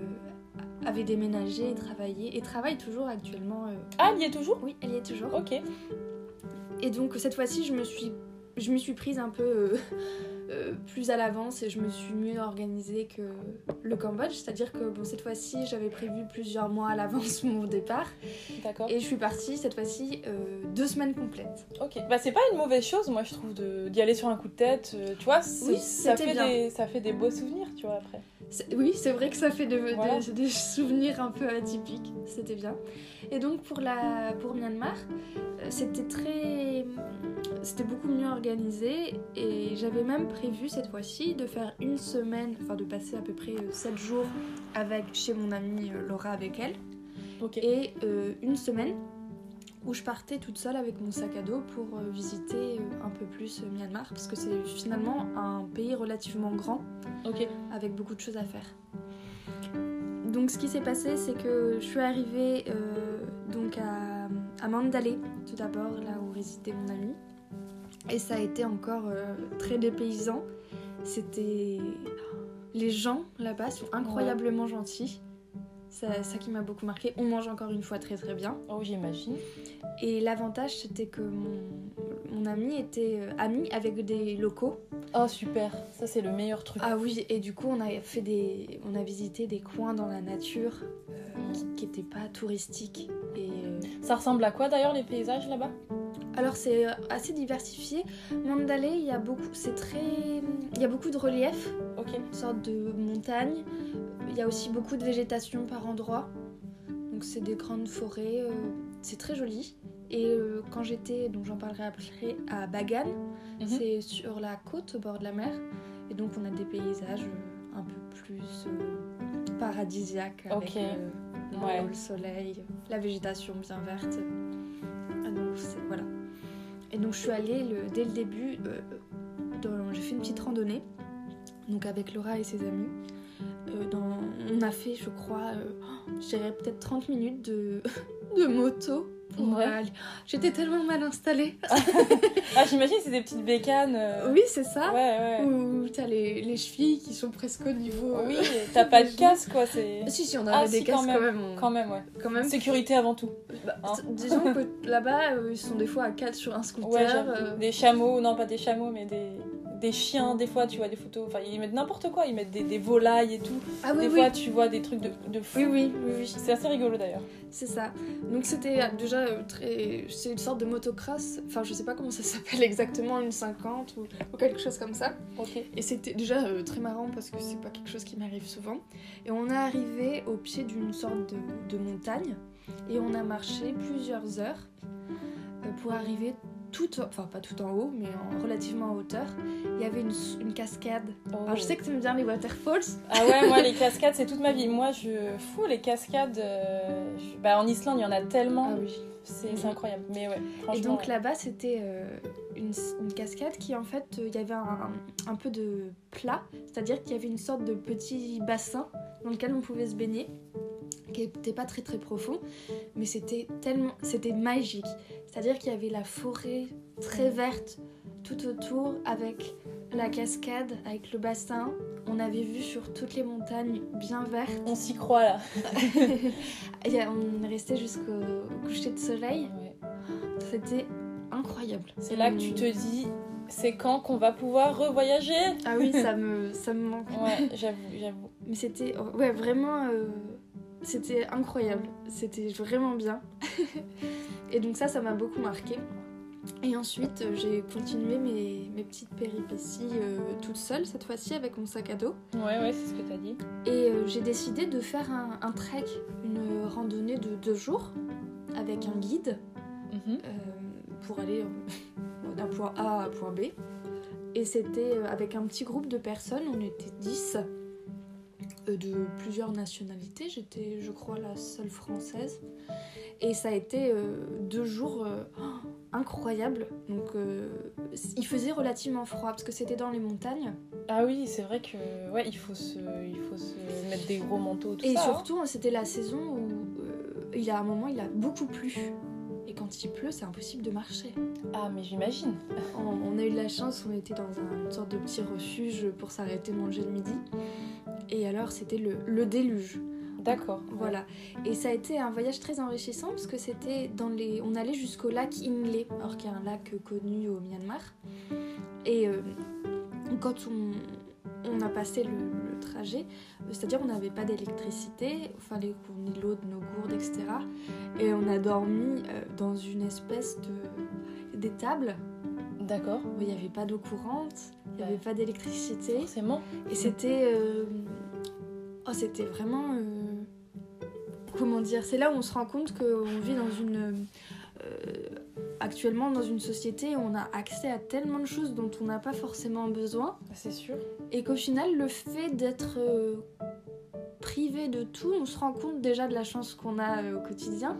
S2: avait déménagé et travaillé, et travaille toujours actuellement. euh,
S1: Ah, il y est toujours
S2: oui, elle y est toujours.
S1: Ok.
S2: Et donc cette fois-ci, je me suis, je m'y suis prise un peu euh, euh, plus à l'avance et je me suis mieux organisée que le Cambodge. C'est-à-dire que bon, cette fois-ci, j'avais prévu plusieurs mois à l'avance mon départ
S1: D'accord.
S2: et je suis partie cette fois-ci euh, deux semaines complètes.
S1: Ok, bah c'est pas une mauvaise chose, moi je trouve, de- d'y aller sur un coup de tête, euh, tu vois, c'est-
S2: Oui,
S1: ça,
S2: c'était
S1: fait
S2: bien.
S1: des, ça fait des beaux souvenirs, tu vois, après.
S2: C'est- Oui, c'est vrai que ça fait de- de-
S1: Voilà.
S2: des souvenirs un peu atypiques. C'était bien. Et donc pour la, pour Myanmar, euh, c'était très, c'était beaucoup mieux organisé et j'avais même prévu cette fois-ci de faire une semaine, enfin de passer à peu près 7 jours avec chez mon amie euh, Laura avec elle
S1: Ok.
S2: et euh, une semaine où je partais toute seule avec mon sac à dos pour euh, visiter euh, un peu plus euh, Myanmar parce que c'est finalement un pays relativement grand
S1: Ok,
S2: avec beaucoup de choses à faire. Donc ce qui s'est passé, c'est que je suis arrivée euh, donc à, à Mandalay, tout d'abord là où résidait mon ami. Et ça a été encore euh, très dépaysant. C'était... Les gens là-bas sont incroyablement gentils. Ça, ça qui m'a beaucoup marqué. On mange encore une fois très très bien.
S1: oh j'imagine.
S2: Et l'avantage, c'était que mon, mon ami était euh, ami avec des locaux.
S1: Oh super, ça c'est le meilleur truc.
S2: Ah oui, et du coup, on a fait des, on a visité des coins dans la nature euh, qui- qui n'étaient pas touristiques. Et euh,
S1: Ça ressemble à quoi d'ailleurs les paysages là-bas
S2: alors c'est euh, assez diversifié. Mandalay, il y a beaucoup, c'est très, il y a beaucoup de relief,
S1: Ok,
S2: une sorte de montagne. Il y a aussi beaucoup de végétation par endroits. Donc c'est des grandes forêts, euh, c'est très joli. Et euh, quand j'étais, donc j'en parlerai après, à Bagan,
S1: Mhm.
S2: c'est sur la côte au bord de la mer. Et donc on a des paysages euh, un peu plus euh, paradisiaques avec
S1: Ok.
S2: euh, le
S1: Ouais.
S2: le soleil, la végétation bien verte. Ah, donc c'est- voilà. Et donc je suis allée le- dès le début, euh, dans- j'ai fait une petite randonnée, donc avec Laura et ses amis. Euh, dans- on a fait, je crois, euh, oh, je dirais peut-être 30 minutes de, de moto. pour
S1: Ouais.
S2: aller- Oh, J'étais tellement mal installée.
S1: Ah j'imagine c'est des petites bécanes. euh,
S2: Oui, hein c'est ça.
S1: Ouais, ouais.
S2: Où t'as les, les chevilles qui sont presque au niveau.
S1: Oui, t'as pas de
S2: j'imagine.
S1: casque quoi, c'est...
S2: Si, si, on avait
S1: Ah,
S2: des
S1: si,
S2: casques
S1: quand même.
S2: quand même. on-
S1: Quand même, ouais.
S2: quand même.
S1: Sécurité avant tout.
S2: Bah,
S1: Hein.
S2: t- Disons que là-bas, euh, ils sont des fois à 4 sur un scooter.
S1: Ouais, j'avoue.
S2: euh,
S1: Des chameaux, non pas des chameaux, mais des... Des chiens, des fois tu vois des photos, enfin ils mettent n'importe quoi, ils mettent des, des volailles et tout.
S2: Ah oui,
S1: des
S2: oui.
S1: fois tu vois des trucs de, de fou.
S2: oui, oui, oui, oui,
S1: C'est assez rigolo d'ailleurs.
S2: c'est ça. Donc c'était euh, déjà euh, très. C'est une sorte de motocross. Enfin, je sais pas comment ça s'appelle exactement, une 50 ou, ou quelque chose comme ça.
S1: Ok.
S2: Et c'était déjà euh, très marrant parce que c'est pas quelque chose qui m'arrive souvent. Et on est arrivé au pied d'une sorte de, de montagne et on a marché plusieurs heures euh, pour arriver tout, en- enfin pas tout en haut, mais en, relativement en hauteur. Il y avait une, s- une cascade.
S1: Oh.
S2: Alors je sais que t'aimes bien les waterfalls.
S1: Ah ouais, moi les cascades, c'est toute ma vie. Moi je fous les cascades. euh, je- Bah, en Islande, il y en a tellement.
S2: Ah oui.
S1: C'est c'est incroyable. Mais ouais, Ah franchement.
S2: Et donc
S1: ouais.
S2: là-bas, c'était euh, une, s- une cascade qui en fait, euh, il y avait un, un peu de plat, c'est-à-dire qu'il y avait une sorte de petit bassin dans lequel on pouvait se baigner, qui n'était pas très très profond, mais c'était tellement, c'était magique. C'est-à-dire qu'il y avait la forêt très verte tout autour avec la cascade, avec le bassin. On avait vu sur toutes les montagnes bien vertes.
S1: On s'y croit là.
S2: Il y a- on est resté jusqu'au coucher de soleil.
S1: Ouais.
S2: C'était incroyable. Euh,
S1: C'est là que
S2: Et-
S1: tu te dis, c'est quand qu'on va pouvoir revoyager
S2: Ah oui, ça me, ça me manque.
S1: Ouais, j'avoue, j'avoue.
S2: Mais c'était ouais, vraiment. euh, c'était incroyable. C'était vraiment bien. et donc, ça, ça m'a beaucoup marqué. Et ensuite, euh, j'ai continué mes, mes petites péripéties euh, toute seule, cette fois-ci avec mon sac à dos.
S1: Ouais, ouais, c'est ce que t'as dit.
S2: Et euh, j'ai décidé de faire un, un trek, une randonnée de deux jours avec un guide
S1: Mhm.
S2: euh, pour aller euh, d'un point A à un point B. Et c'était euh, avec un petit groupe de personnes, on était 10, euh, de plusieurs nationalités. J'étais, je crois, la seule française. Et ça a été euh, deux jours euh, oh, incroyables. Donc, euh, il faisait relativement froid parce que c'était dans les montagnes.
S1: Ah oui, c'est vrai que ouais, il faut se, il faut se mettre des gros manteaux, tout
S2: Et
S1: ça. hein.
S2: surtout, euh, c'était la saison où euh, il y a un moment, il a beaucoup plu. Et quand il pleut, c'est impossible de marcher.
S1: Ah mais j'imagine.
S2: On, on a eu de la chance, on était dans un- une sorte de petit refuge pour s'arrêter manger le midi. Et alors, c'était le, le déluge.
S1: D'accord.
S2: Voilà. Et ça a été un voyage très enrichissant parce que c'était dans les. On allait jusqu'au lac Inle, alors qu'il y a un lac connu au Myanmar. Et euh, quand on, on a passé le, le trajet, euh, c'est-à-dire on n'avait pas d'électricité, il fallait qu'on ait l'eau de nos gourdes, etc. Et on a dormi euh, dans une espèce de d'étable
S1: D'accord.
S2: où il n'y avait pas d'eau courante, il n'y
S1: Ouais.
S2: avait pas d'électricité.
S1: Forcément.
S2: Et c'était. euh, Oh, c'était vraiment. euh, Comment dire C'est là où on se rend compte qu'on vit dans une. euh, Actuellement, dans une société où on a accès à tellement de choses dont on n'a pas forcément besoin,
S1: C'est sûr.
S2: et qu'au final, le fait d'être euh, privé de tout, on se rend compte déjà de la chance qu'on a euh, au quotidien,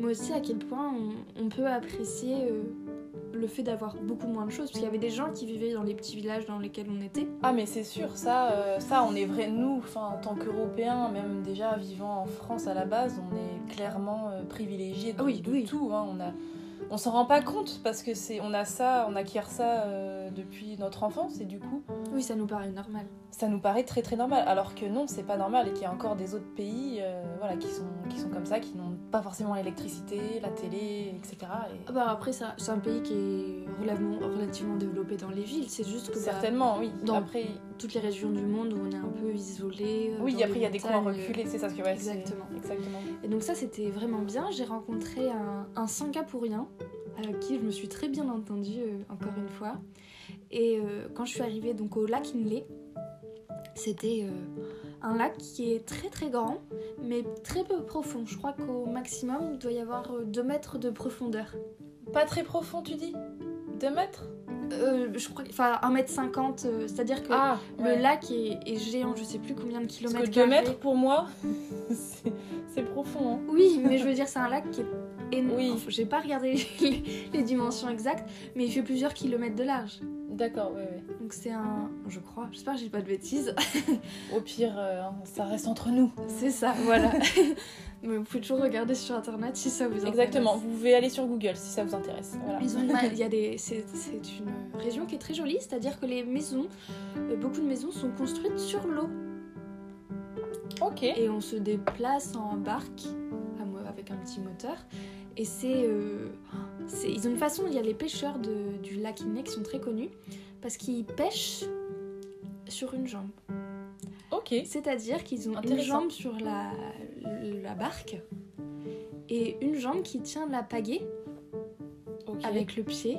S2: mais aussi à quel point on, on peut apprécier euh, le fait d'avoir beaucoup moins de choses. Parce qu'il y avait des gens qui vivaient dans les petits villages dans lesquels on était,
S1: Ah mais c'est sûr, ça, euh, ça on est vrai, nous, enfin, en tant qu'Européens, même déjà vivant en France à la base, on est clairement euh, privilégiés de,
S2: Ah oui,
S1: de
S2: oui.
S1: tout. hein. on a, on s'en rend pas compte parce que c'est, on a ça, on acquiert ça euh, depuis notre enfance et du coup,
S2: Oui, ça nous paraît normal.
S1: ça nous paraît très très normal. Alors que non, c'est pas normal et qu'il y a encore des autres pays, euh, voilà, qui sont, qui sont comme ça, qui n'ont pas forcément l'électricité, la télé, etc. Et-
S2: Ah bah après, ça- c'est un pays qui est relativement, relativement développé dans les villes. C'est juste que bah,
S1: Certainement, oui.
S2: dans-
S1: Après,
S2: toutes les régions du monde où on est un peu isolé. euh,
S1: oui,
S2: dans
S1: après il
S2: les
S1: y a des coins
S2: montagnes,
S1: reculés, c'est ça ce que ouais, c'est-
S2: Exactement.
S1: exactement.
S2: euh. Et donc ça, c'était vraiment bien. J'ai rencontré un, un Singapourien avec qui je me suis très bien entendue, euh, encore une fois. Et euh, quand je suis arrivée donc au lac Inle, c'était euh, un lac qui est très très grand, mais très peu profond. Je crois qu'au maximum, il doit y avoir 2 mètres de profondeur.
S1: Pas très profond, tu dis 2 mètres
S2: Euh, je crois, enfin 1m50, euh, c'est-à-dire que
S1: Ah,
S2: le lac est, est géant, je sais plus combien de
S1: Parce
S2: kilomètres.
S1: que 2
S2: carrés.
S1: mètres, pour moi, c'est c'est profond. hein.
S2: Oui, mais je veux dire, c'est un lac qui est énorme.
S1: Oui.
S2: Enfin, J'ai pas regardé les, les dimensions exactes, mais il fait plusieurs kilomètres de large.
S1: D'accord, ouais, ouais.
S2: Donc c'est un. Je crois, j'espère que j'ai pas de bêtises.
S1: Au pire, euh, hein, ça reste entre nous.
S2: c'est ça, voilà. mais vous pouvez toujours regarder sur internet si ça vous intéresse.
S1: Exactement, vous pouvez aller sur Google si ça vous intéresse. Voilà.
S2: Ils ont une ma- il y a des, c'est, c'est une région qui est très jolie, c'est-à-dire que les maisons, euh, beaucoup de maisons sont construites sur l'eau.
S1: Ok.
S2: et on se déplace en barque à mo- avec un petit moteur. Et c'est, euh, c'est- ils ont une façon. Il y a les pêcheurs de- du lac Inné qui sont très connus parce qu'ils pêchent sur une jambe.
S1: Ok.
S2: C'est-à-dire qu'ils ont une
S1: Intéressant.
S2: jambe sur la, la barque et une jambe qui tient la pagaie
S1: ok.
S2: avec le pied.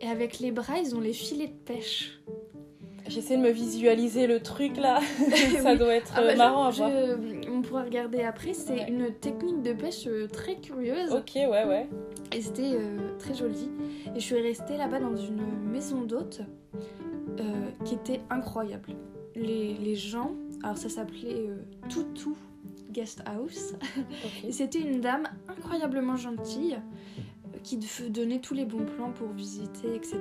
S2: Et avec les bras, ils ont les filets de pêche.
S1: J'essaie de me visualiser le truc là. ça
S2: Oui.
S1: doit être
S2: Ah
S1: euh,
S2: bah, je-
S1: marrant
S2: je-
S1: à voir.
S2: on pourra regarder après. C'est
S1: Ouais.
S2: une technique de pêche euh, très curieuse.
S1: Ok, ouais, ouais.
S2: Et c'était euh, très joli. Et je suis restée là-bas dans une maison d'hôtes euh, qui était incroyable. Les, les gens, alors ça s'appelait euh, Toutou Guest House. Et
S1: Ok.
S2: c'était une dame incroyablement gentille euh, qui te donnait tous les bons plans pour visiter, etc.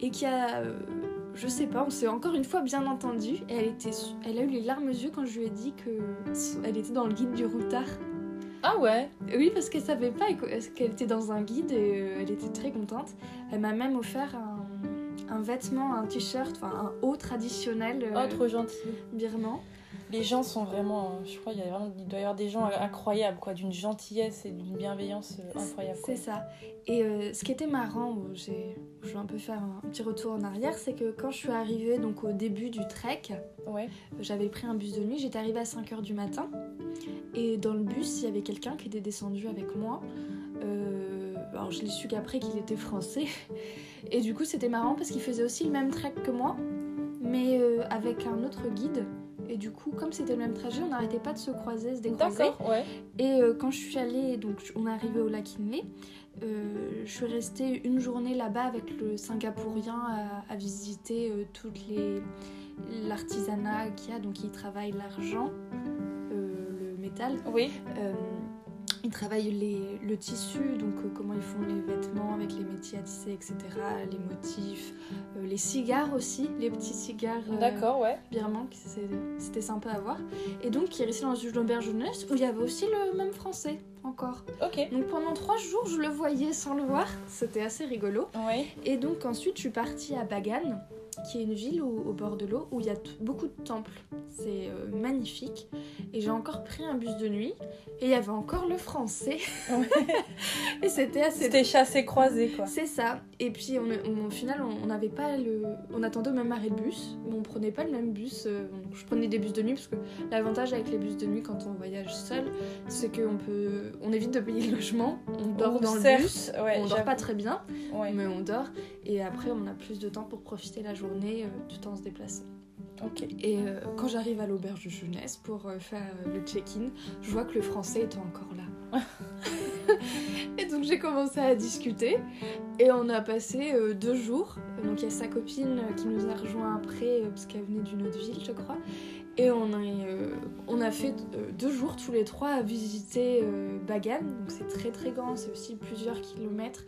S2: Et qui a, euh, je sais pas, on s'est encore une fois bien entendu. Et elle, était, su- elle a eu les larmes aux yeux quand je lui ai dit que elle était dans le guide du routard.
S1: Ah ouais.
S2: Oui, parce qu'elle savait pas et que- est-ce qu'elle était dans un guide et euh, elle était très contente. Elle m'a même offert un, un vêtement, un t-shirt, enfin un haut traditionnel euh,
S1: Oh, trop gentil.
S2: birman.
S1: les gens sont vraiment, euh, je crois, il, y a vraiment, il doit y avoir des gens euh, incroyables, quoi, d'une gentillesse et d'une bienveillance euh, incroyable. quoi.
S2: C'est ça. Et euh, ce qui était marrant, où j'ai, où je vais un peu faire un petit retour en arrière, c'est que quand je suis arrivée donc au début du trek,
S1: Ouais.
S2: j'avais pris un bus de nuit, j'étais arrivée à 5h du matin, et dans le bus, il y avait quelqu'un qui était descendu avec moi. Euh, alors je l'ai su qu'après qu'il était français, et du coup c'était marrant parce qu'il faisait aussi le même trek que moi, mais euh, avec un autre guide. Et du coup, comme c'était le même trajet, on n'arrêtait pas de se croiser, se décroiser.
S1: D'accord, ouais.
S2: Et euh, quand je suis allée, donc je- on est arrivé au lac Inlay, euh, je suis restée une journée là-bas avec le Singapourien à, à visiter euh, toutes les l'artisanat qu'il y a, donc il travaille l'argent, euh, le métal,
S1: Oui,
S2: euh, il travaille les- le tissu, donc euh, comment ils font les vêtements avec les métiers à tisser, etc., les motifs, euh, les cigares aussi, les petits cigares. euh,
S1: d'accord, ouais.
S2: birman, qui c'est- c'était sympa à voir, et donc qui est resté dans une auberge jeunesse où il y avait aussi le même français encore.
S1: Ok.
S2: Donc pendant trois jours, je le voyais sans le voir, c'était assez rigolo.
S1: Ouais.
S2: Et donc ensuite, je suis partie à Bagan, qui est une ville au, au bord de l'eau où il y a t- beaucoup de temples, c'est euh, magnifique. Et j'ai encore pris un bus de nuit et il y avait encore le français,
S1: Ouais.
S2: et c'était assez
S1: C'était chassé croisé, quoi.
S2: c'est ça. Et puis on, on- au final, on on n'avait pas le, on attendait au même arrêt de bus, mais on prenait pas le même bus. euh, on- je prenais des bus de nuit parce que l'avantage avec les bus de nuit quand on voyage seul, c'est qu'on peut, on évite de payer le logement, on dort
S1: Ou
S2: dans le
S1: certes,
S2: bus,
S1: ouais,
S2: on dort
S1: j'avoue.
S2: pas très bien,
S1: Ouais.
S2: mais on dort et après on a plus de temps pour profiter la journée euh, tout en se déplaçant.
S1: Ok.
S2: Et euh, quand j'arrive à l'auberge de jeunesse pour euh, faire euh, le check-in, je vois que le français était encore là. et donc j'ai commencé à discuter et on a passé euh, deux jours. Donc il y a sa copine euh, qui nous a rejoint après euh, parce qu'elle venait d'une autre ville, je crois. Et on a, euh, on a fait euh, deux jours tous les trois à visiter euh, Bagan. Donc c'est très très grand, c'est aussi plusieurs kilomètres.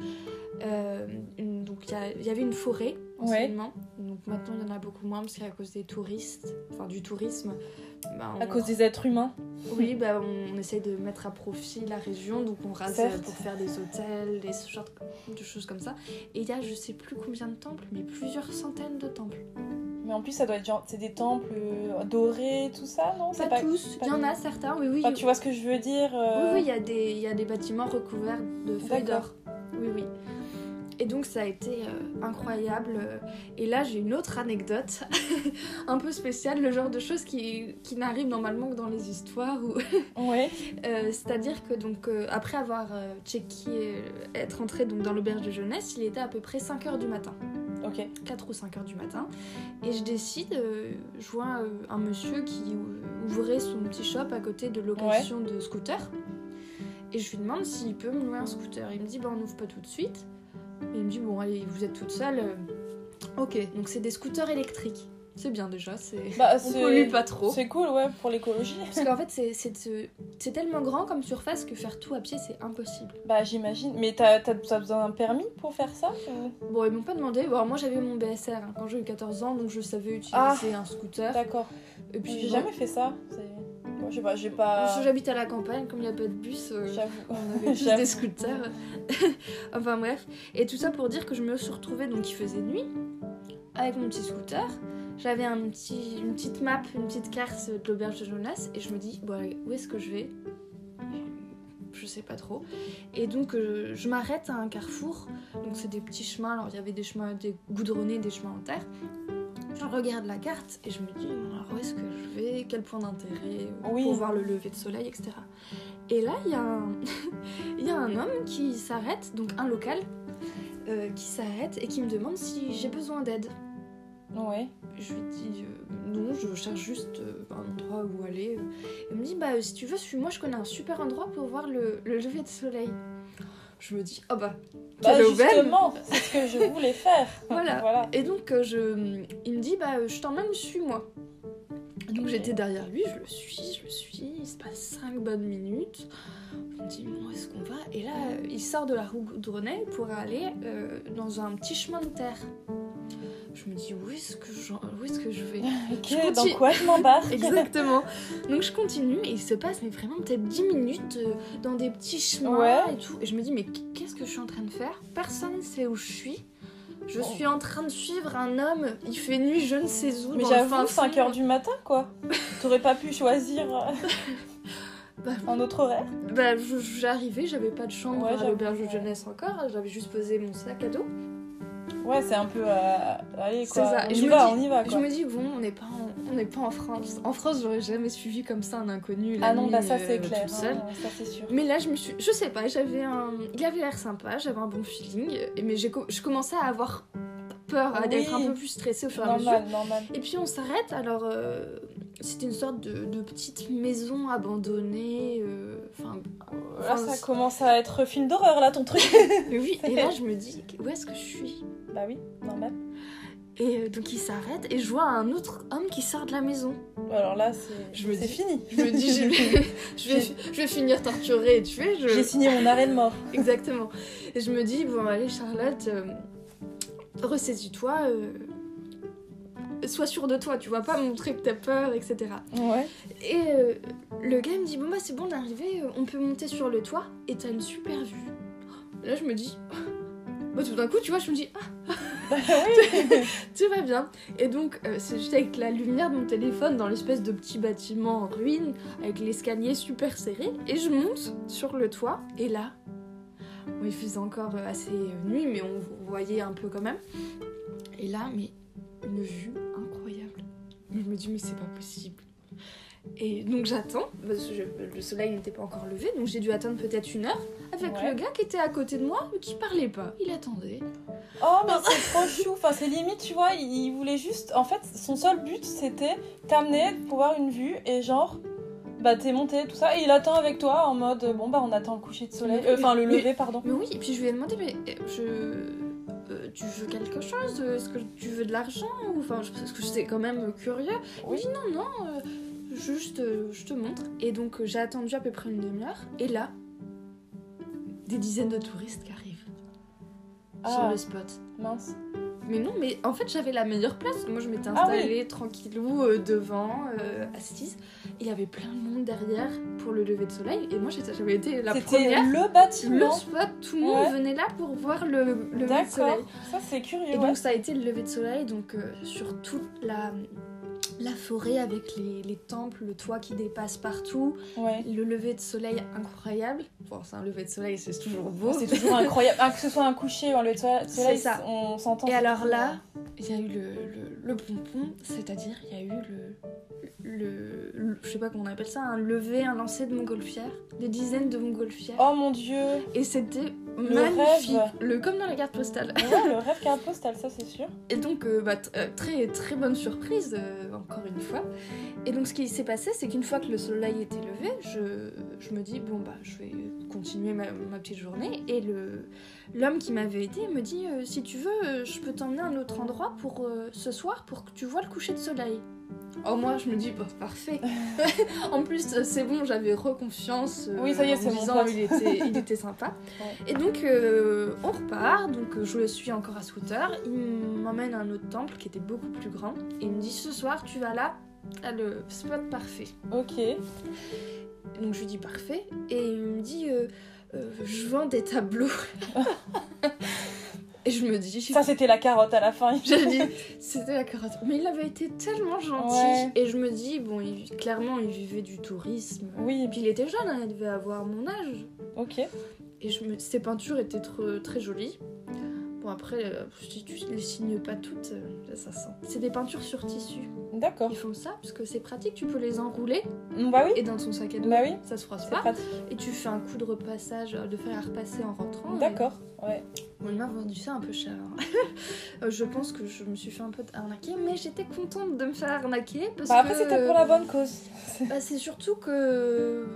S2: Euh, une- donc il y a- il y, avait une forêt
S1: Ouais.
S2: anciennement. Donc maintenant il y en a beaucoup moins parce qu'à cause des touristes, enfin du tourisme. bah, on-
S1: À cause des êtres humains.
S2: Oui, bah, on, on essaye de mettre à profit la région, donc on rase euh,
S1: Certes.
S2: pour faire des hôtels, des sortes de choses comme ça. Et il y a je sais plus combien de temples, mais plusieurs centaines de temples.
S1: Mais en plus, ça doit être genre, c'est des temples euh, dorés, tout ça, non
S2: Pas,
S1: C'est pas-
S2: tous, il y en a certains, oui, oui.
S1: Enfin, tu vois ce que je veux dire
S2: Oui,
S1: euh,
S2: oui, il y, a des- il y a des bâtiments recouverts de feuilles d'or.
S1: D'accord.
S2: Oui, oui. Et donc ça a été euh, incroyable. Et là, j'ai une autre anecdote un peu spéciale, le genre de choses qui, qui n'arrivent normalement que dans les histoires. Ou...
S1: Ouais.
S2: Euh, C'est-à-dire que donc euh, après avoir euh, checké, euh, être entré donc, dans l'auberge de jeunesse, il était à peu près 5h du matin.
S1: Ok.
S2: 4 ou 5 heures du matin et je décide, euh, je vois euh, un monsieur qui euh, ouvrait son petit shop à côté de location de scooter et je lui demande s'il peut me louer un scooter. Il me dit bah on n'ouvre pas tout de suite. Et il me dit bon allez vous êtes toute seule. euh, Ok donc c'est des scooters électriques. C'est bien déjà, c'est...
S1: Bah,
S2: on
S1: c'est-
S2: pollue pas trop.
S1: C'est cool, ouais, pour l'écologie.
S2: Parce qu'en fait c'est- c'est de- c'est tellement grand comme surface que faire tout à pied c'est impossible.
S1: Bah, j'imagine. Mais t'as t'as- t'as besoin d'un permis pour faire ça ou-
S2: Bon, ils m'ont pas demandé. Bon, alors moi j'avais mon BSR hein, quand j'ai eu 14 ans, donc je savais
S1: Ah.
S2: utiliser un scooter.
S1: D'accord.
S2: Et puis
S1: J'ai
S2: bon,
S1: jamais fait ça. c'est- Moi, je sais pas, j'ai pas.
S2: J'habite à la campagne, comme il n'y a pas de bus, euh,
S1: Euh, J'avoue.
S2: on avait tous
S1: J'avoue.
S2: des scooters. enfin bref. Et tout ça pour dire que je me suis retrouvée, donc il faisait nuit, avec mon petit scooter. J'avais un petit, une petite map, une petite carte de l'auberge de jeunesse, et je me dis, bon, allez, où est-ce que je vais Je sais pas trop. Et donc euh, je m'arrête à un carrefour. Donc c'est des petits chemins, alors il y avait des chemins des goudronnés, des chemins en terre. Je regarde la carte et je me dis, alors où est-ce que je vais Quel point d'intérêt euh,
S1: Oui.
S2: pour voir le lever de soleil, etc. Et là, il y, a un- il y a un homme qui s'arrête, donc un local, euh, qui s'arrête et qui me demande si j'ai besoin d'aide.
S1: Ouais.
S2: Je lui dis euh, non, je cherche juste euh, un endroit où aller. Il me dit bah euh, si tu veux, suis-moi, je connais un super endroit pour voir le, le lever de soleil. Je me dis oh bah
S1: Bah,
S2: quelle aubaine.
S1: justement, c'est ce que je voulais faire.
S2: Voilà.
S1: voilà.
S2: Et donc euh, je, il me dit bah euh, je t'emmène, suis-moi. Donc j'étais derrière lui, je le suis, je le suis, il se passe 5 bonnes minutes. Je me dis bon, où est-ce qu'on va Et là, euh, il sort de la roue goudronnée pour aller euh, dans un petit chemin de terre. Je me dis où est-ce que, j'en- où est-ce que je vais
S1: Ok,
S2: Je
S1: dans
S2: continue.
S1: quoi je m'embarque
S2: Exactement. Donc je continue et il se passe mais vraiment peut-être 10 minutes euh, dans des petits chemins
S1: Ouais.
S2: et tout. Et je me dis mais qu'est-ce que je suis en train de faire Personne ne sait où je suis. Je suis en train de suivre un homme, il fait nuit je ne sais où.
S1: Mais
S2: dans le
S1: j'avoue,
S2: fin
S1: 5
S2: fond.
S1: heures du matin, quoi. T'aurais pas pu choisir euh,
S2: Bah,
S1: un autre horaire
S2: Bah, je- j'arrivais, j'avais pas de chambre
S1: Ouais,
S2: à
S1: j'avoue,
S2: l'auberge de
S1: ouais.
S2: jeunesse encore, j'avais juste posé mon sac à dos.
S1: Ouais, c'est un peu. euh, allez,
S2: C'est
S1: quoi.
S2: ça.
S1: On
S2: Et
S1: y
S2: je me
S1: va,
S2: dis-
S1: on y va,
S2: Je
S1: quoi.
S2: me dis, bon, on n'est pas, en- on n'est pas en France. En France, j'aurais jamais suivi comme ça un inconnu. la
S1: Ah non,
S2: nuit,
S1: bah ça,
S2: euh,
S1: c'est clair.
S2: toute seule.
S1: hein, ça, c'est sûr.
S2: Mais là, je me suis. Je sais pas, j'avais un. Il avait l'air sympa, j'avais un bon feeling, et- mais j'ai co- je commençais à avoir peur, à
S1: Oui.
S2: être un peu plus stressée au fur et à mesure.
S1: Normal, normal.
S2: Et puis on s'arrête, alors euh, c'était une sorte de, de petite maison abandonnée. euh, Enfin,
S1: Oh, Là,
S2: enfin,
S1: ça
S2: c'est-
S1: commence à être film d'horreur, là, ton truc.
S2: mais oui, et là je me dis, où est-ce que je suis
S1: bah oui, normal.
S2: Et euh, donc il s'arrête, et je vois un autre homme qui sort de la maison.
S1: Alors là, c'est
S2: Je me
S1: c'est
S2: dis-
S1: fini.
S2: Je me dis, je vais, je vais, je vais finir torturée et tuée. je-
S1: J'ai signé mon arrêt de mort.
S2: Exactement. Et je me dis, bon, allez, Charlotte, euh, ressaisis-toi. euh, sois sûre de toi, tu vois, pas montrer que t'as peur, etc.
S1: Ouais.
S2: Et euh, le gars me dit, bon, bah, c'est bon, on est arrivé, euh, on peut monter sur le toit et t'as une super vue. Là, je me dis, bah, tout d'un coup, tu vois, je me dis, ah,
S1: Bah oui.
S2: tout va bien. Et donc, euh, c'est juste avec la lumière de mon téléphone dans l'espèce de petit bâtiment en ruine, avec l'escalier super serré, et je monte sur le toit, et là, bon, il faisait encore euh, assez euh, nuit, mais on voyait un peu quand même. Et là, mais une vue incroyable. Mais je me dis, mais c'est pas possible. Et donc j'attends, parce que je- le soleil n'était pas encore levé, donc j'ai dû attendre peut-être une heure avec
S1: Ouais.
S2: le gars qui était à côté de moi, mais qui parlait pas. Il attendait.
S1: Oh, mais c'est trop chou. Enfin, c'est limite, tu vois, il, il voulait juste. En fait, son seul but, c'était t'amener pour voir une vue et genre. Bah t'es monté tout ça et il attend avec toi en mode bon bah on attend le coucher de soleil
S2: Mais-
S1: Euh, enfin le
S2: mais-
S1: lever pardon
S2: Mais oui, et puis je lui ai demandé, mais euh, je... euh, tu veux quelque chose Est-ce que tu veux de l'argent Ou, Enfin, je- parce que j'étais quand même curieux.
S1: Oui.
S2: Il me dit, non, non, euh, juste, euh, je te montre. Et donc, euh, j'ai attendu à peu près une demi-heure. Et là, des dizaines de touristes qui arrivent sur
S1: ah
S2: le spot.
S1: mince
S2: Mais non, mais en fait, j'avais la meilleure place. Moi, je m'étais
S1: Ah oui.
S2: installée tranquillou euh, devant, euh, assise. Il y avait plein de monde derrière pour le lever de soleil. Et moi, j'étais- j'avais été la
S1: c'était
S2: première.
S1: le
S2: Le
S1: bâtiment
S2: spot, tout le monde
S1: Ouais.
S2: venait là pour voir le le lever de
S1: d'accord
S2: soleil.
S1: ça c'est
S2: Et
S1: curieux ouais.
S2: donc ça a été le lever de soleil donc euh, sur toute la, la forêt avec les, les temples, le toit qui dépasse partout,
S1: ouais
S2: le lever de soleil incroyable. Bon, c'est un lever de soleil, c'est toujours beau.
S1: c'est toujours incroyable Ah, que ce soit un coucher ou un lever de soleil-
S2: C'est
S1: soleil
S2: ça.
S1: on s'entend
S2: Et
S1: c'est
S2: alors
S1: toujours-
S2: là, il y a eu le, le, le pompon, c'est-à-dire il y a eu le, le, le- Je sais pas comment on appelle ça, un lever, un lancer de montgolfière, des dizaines de montgolfières.
S1: oh mon dieu
S2: Et c'était
S1: rêve.
S2: magnifique, le, comme dans la carte postale.
S1: Ouais, le rêve carte postale, ça c'est sûr.
S2: Et donc, euh, bah, t- euh, très très bonne surprise, euh, encore une fois. Et donc, ce qui s'est passé, c'est qu'une fois que le soleil était levé, je, je me dis, bon, bah, je vais continuer ma, ma petite journée. Et le l'homme qui m'avait aidé me dit, euh, si tu veux, euh, je peux t'emmener à un autre endroit pour euh, ce soir pour que tu vois le coucher de soleil. Oh, moi, je me dis, bah, parfait. en plus, euh, c'est bon, j'avais reconfiance. euh,
S1: Oui, ça y est,
S2: en
S1: c'est
S2: me
S1: mon
S2: disant,
S1: pote.
S2: Il était, il était sympa.
S1: Ouais.
S2: Et donc, euh, on repart. Donc, euh, je le suis encore à scooter. Il m'emmène à un autre temple qui était beaucoup plus grand. Et il me dit Ce soir, tu vas là, à Ah, le spot parfait.
S1: Ok.
S2: Et donc, je lui dis Parfait. Et il me dit euh, Euh, Je vends des tableaux. et je me dis
S1: Ça c'était la carotte à la fin.
S2: je le dis, c'était la carotte. Mais il avait été tellement gentil.
S1: Ouais.
S2: Et je me dis, bon, il- clairement, il vivait du tourisme.
S1: Oui,
S2: Et puis il était jeune, hein, il devait avoir mon âge.
S1: ok.
S2: Et je me... ses peintures étaient tr- très jolies. Bon, après, euh, si tu ne les signes pas toutes, euh, là, ça sent. C'est des peintures sur tissu.
S1: D'accord.
S2: Ils font ça parce que c'est pratique, tu peux les enrouler
S1: Mm, Bah oui,
S2: et dans ton sac à dos,
S1: Bah oui.
S2: ça se froisse
S1: c'est
S2: pas.
S1: pratique.
S2: Et tu fais un coup de repassage, euh, de fer à repasser en rentrant. et-
S1: D'accord. Ouais.
S2: Bon, il m'a vendu ça un peu cher. hein. Euh, je pense que je me suis fait un peu arnaquer, mais j'étais contente de me faire arnaquer parce
S1: Bah après
S2: que.
S1: c'était pour la bonne cause.
S2: Bah, c'est surtout que.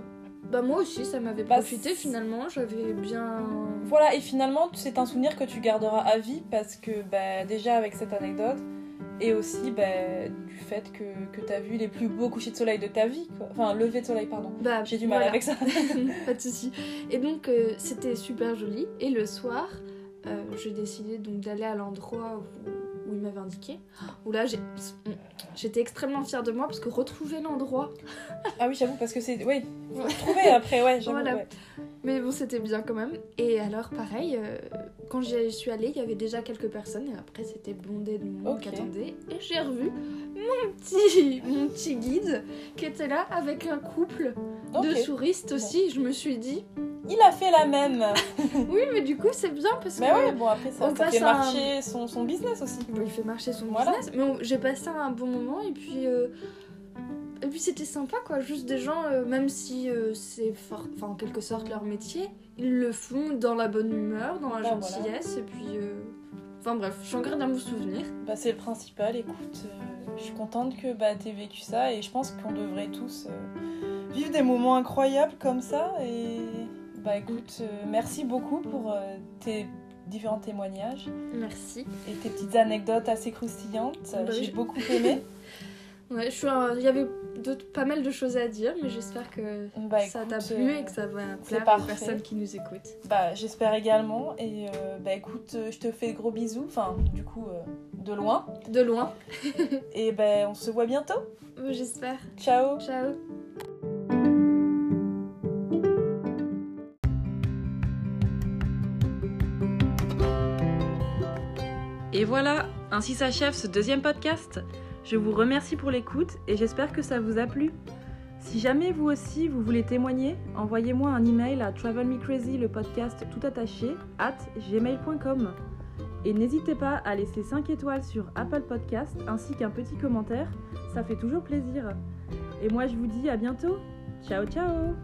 S2: Bah, moi aussi, ça m'avait
S1: Bah,
S2: profité
S1: c'est-
S2: finalement. J'avais bien.
S1: Voilà, et finalement c'est un souvenir que tu garderas à vie parce que bah, déjà avec cette anecdote et aussi bah, du fait que, que t'as vu les plus beaux couchers de soleil de ta vie. quoi. Enfin, lever de soleil, pardon.
S2: Bah,
S1: J'ai du mal
S2: voilà.
S1: avec ça.
S2: pas de soucis. Et donc, euh, c'était super joli. Et le soir, euh, j'ai décidé donc d'aller à l'endroit où où il m'avait indiqué. Où là, j'ai- j'étais extrêmement fière de moi parce que retrouver l'endroit.
S1: Ah oui, j'avoue, parce que c'est. Oui, faut
S2: Ouais.
S1: trouver après, ouais, j'avoue.
S2: Voilà.
S1: ouais.
S2: Mais bon, c'était bien quand même. Et alors, pareil, euh, quand j'y suis allée, il y avait déjà quelques personnes et après, c'était bondé de monde
S1: Ok.
S2: qui attendait. Et j'ai revu mon petit, mon petit guide qui était là avec un couple
S1: Ok.
S2: de touristes aussi. Je me suis dit,
S1: Il a fait la même.
S2: oui, mais du coup, c'est bien parce
S1: Mais
S2: que.
S1: ouais, bon, après, ça,
S2: on
S1: ça fait
S2: passe à un-
S1: marcher son, son business aussi.
S2: Bon, il fait marcher son
S1: Voilà.
S2: business, mais on- j'ai passé un bon moment et puis euh, et puis c'était sympa quoi, juste des gens euh, même si euh, c'est for- enfin en quelque sorte leur métier, ils le font dans la bonne humeur, dans la
S1: Bah, voilà.
S2: gentillesse et puis euh, enfin bref, je suis encore dans mon souvenir.
S1: Bah, c'est le principal, écoute. euh, je suis contente que bah, t'aies vécu ça et je pense qu'on devrait tous euh, vivre des moments incroyables comme ça. Et bah écoute, euh, merci beaucoup pour euh, tes différents témoignages
S2: Merci.
S1: et tes petites anecdotes assez croustillantes.
S2: Bah oui,
S1: J'ai
S2: je-
S1: beaucoup aimé.
S2: Ouais, je suis un- il y avait d'autres- pas mal de choses à dire mais j'espère que
S1: Bah,
S2: ça
S1: écoute,
S2: t'a plu
S1: euh,
S2: et que ça va
S1: c'est
S2: plaire aux
S1: parfait.
S2: personnes qui nous écoutent.
S1: Bah, j'espère également. Et euh, bah, écoute, euh, je te fais de gros bisous. Enfin, du coup, euh, de loin.
S2: De loin,
S1: Et ben, on se voit bientôt.
S2: euh, j'espère.
S1: Ciao.
S2: Ciao.
S1: Et voilà, ainsi s'achève ce deuxième podcast. Je vous remercie pour l'écoute et j'espère que ça vous a plu. Si jamais vous aussi vous voulez témoigner, envoyez-moi un email à travelmecrazy le podcast tout attaché at gmail.com. Et n'hésitez pas à laisser 5 étoiles sur Apple Podcast ainsi qu'un petit commentaire, ça fait toujours plaisir. Et moi je vous dis à bientôt. Ciao ciao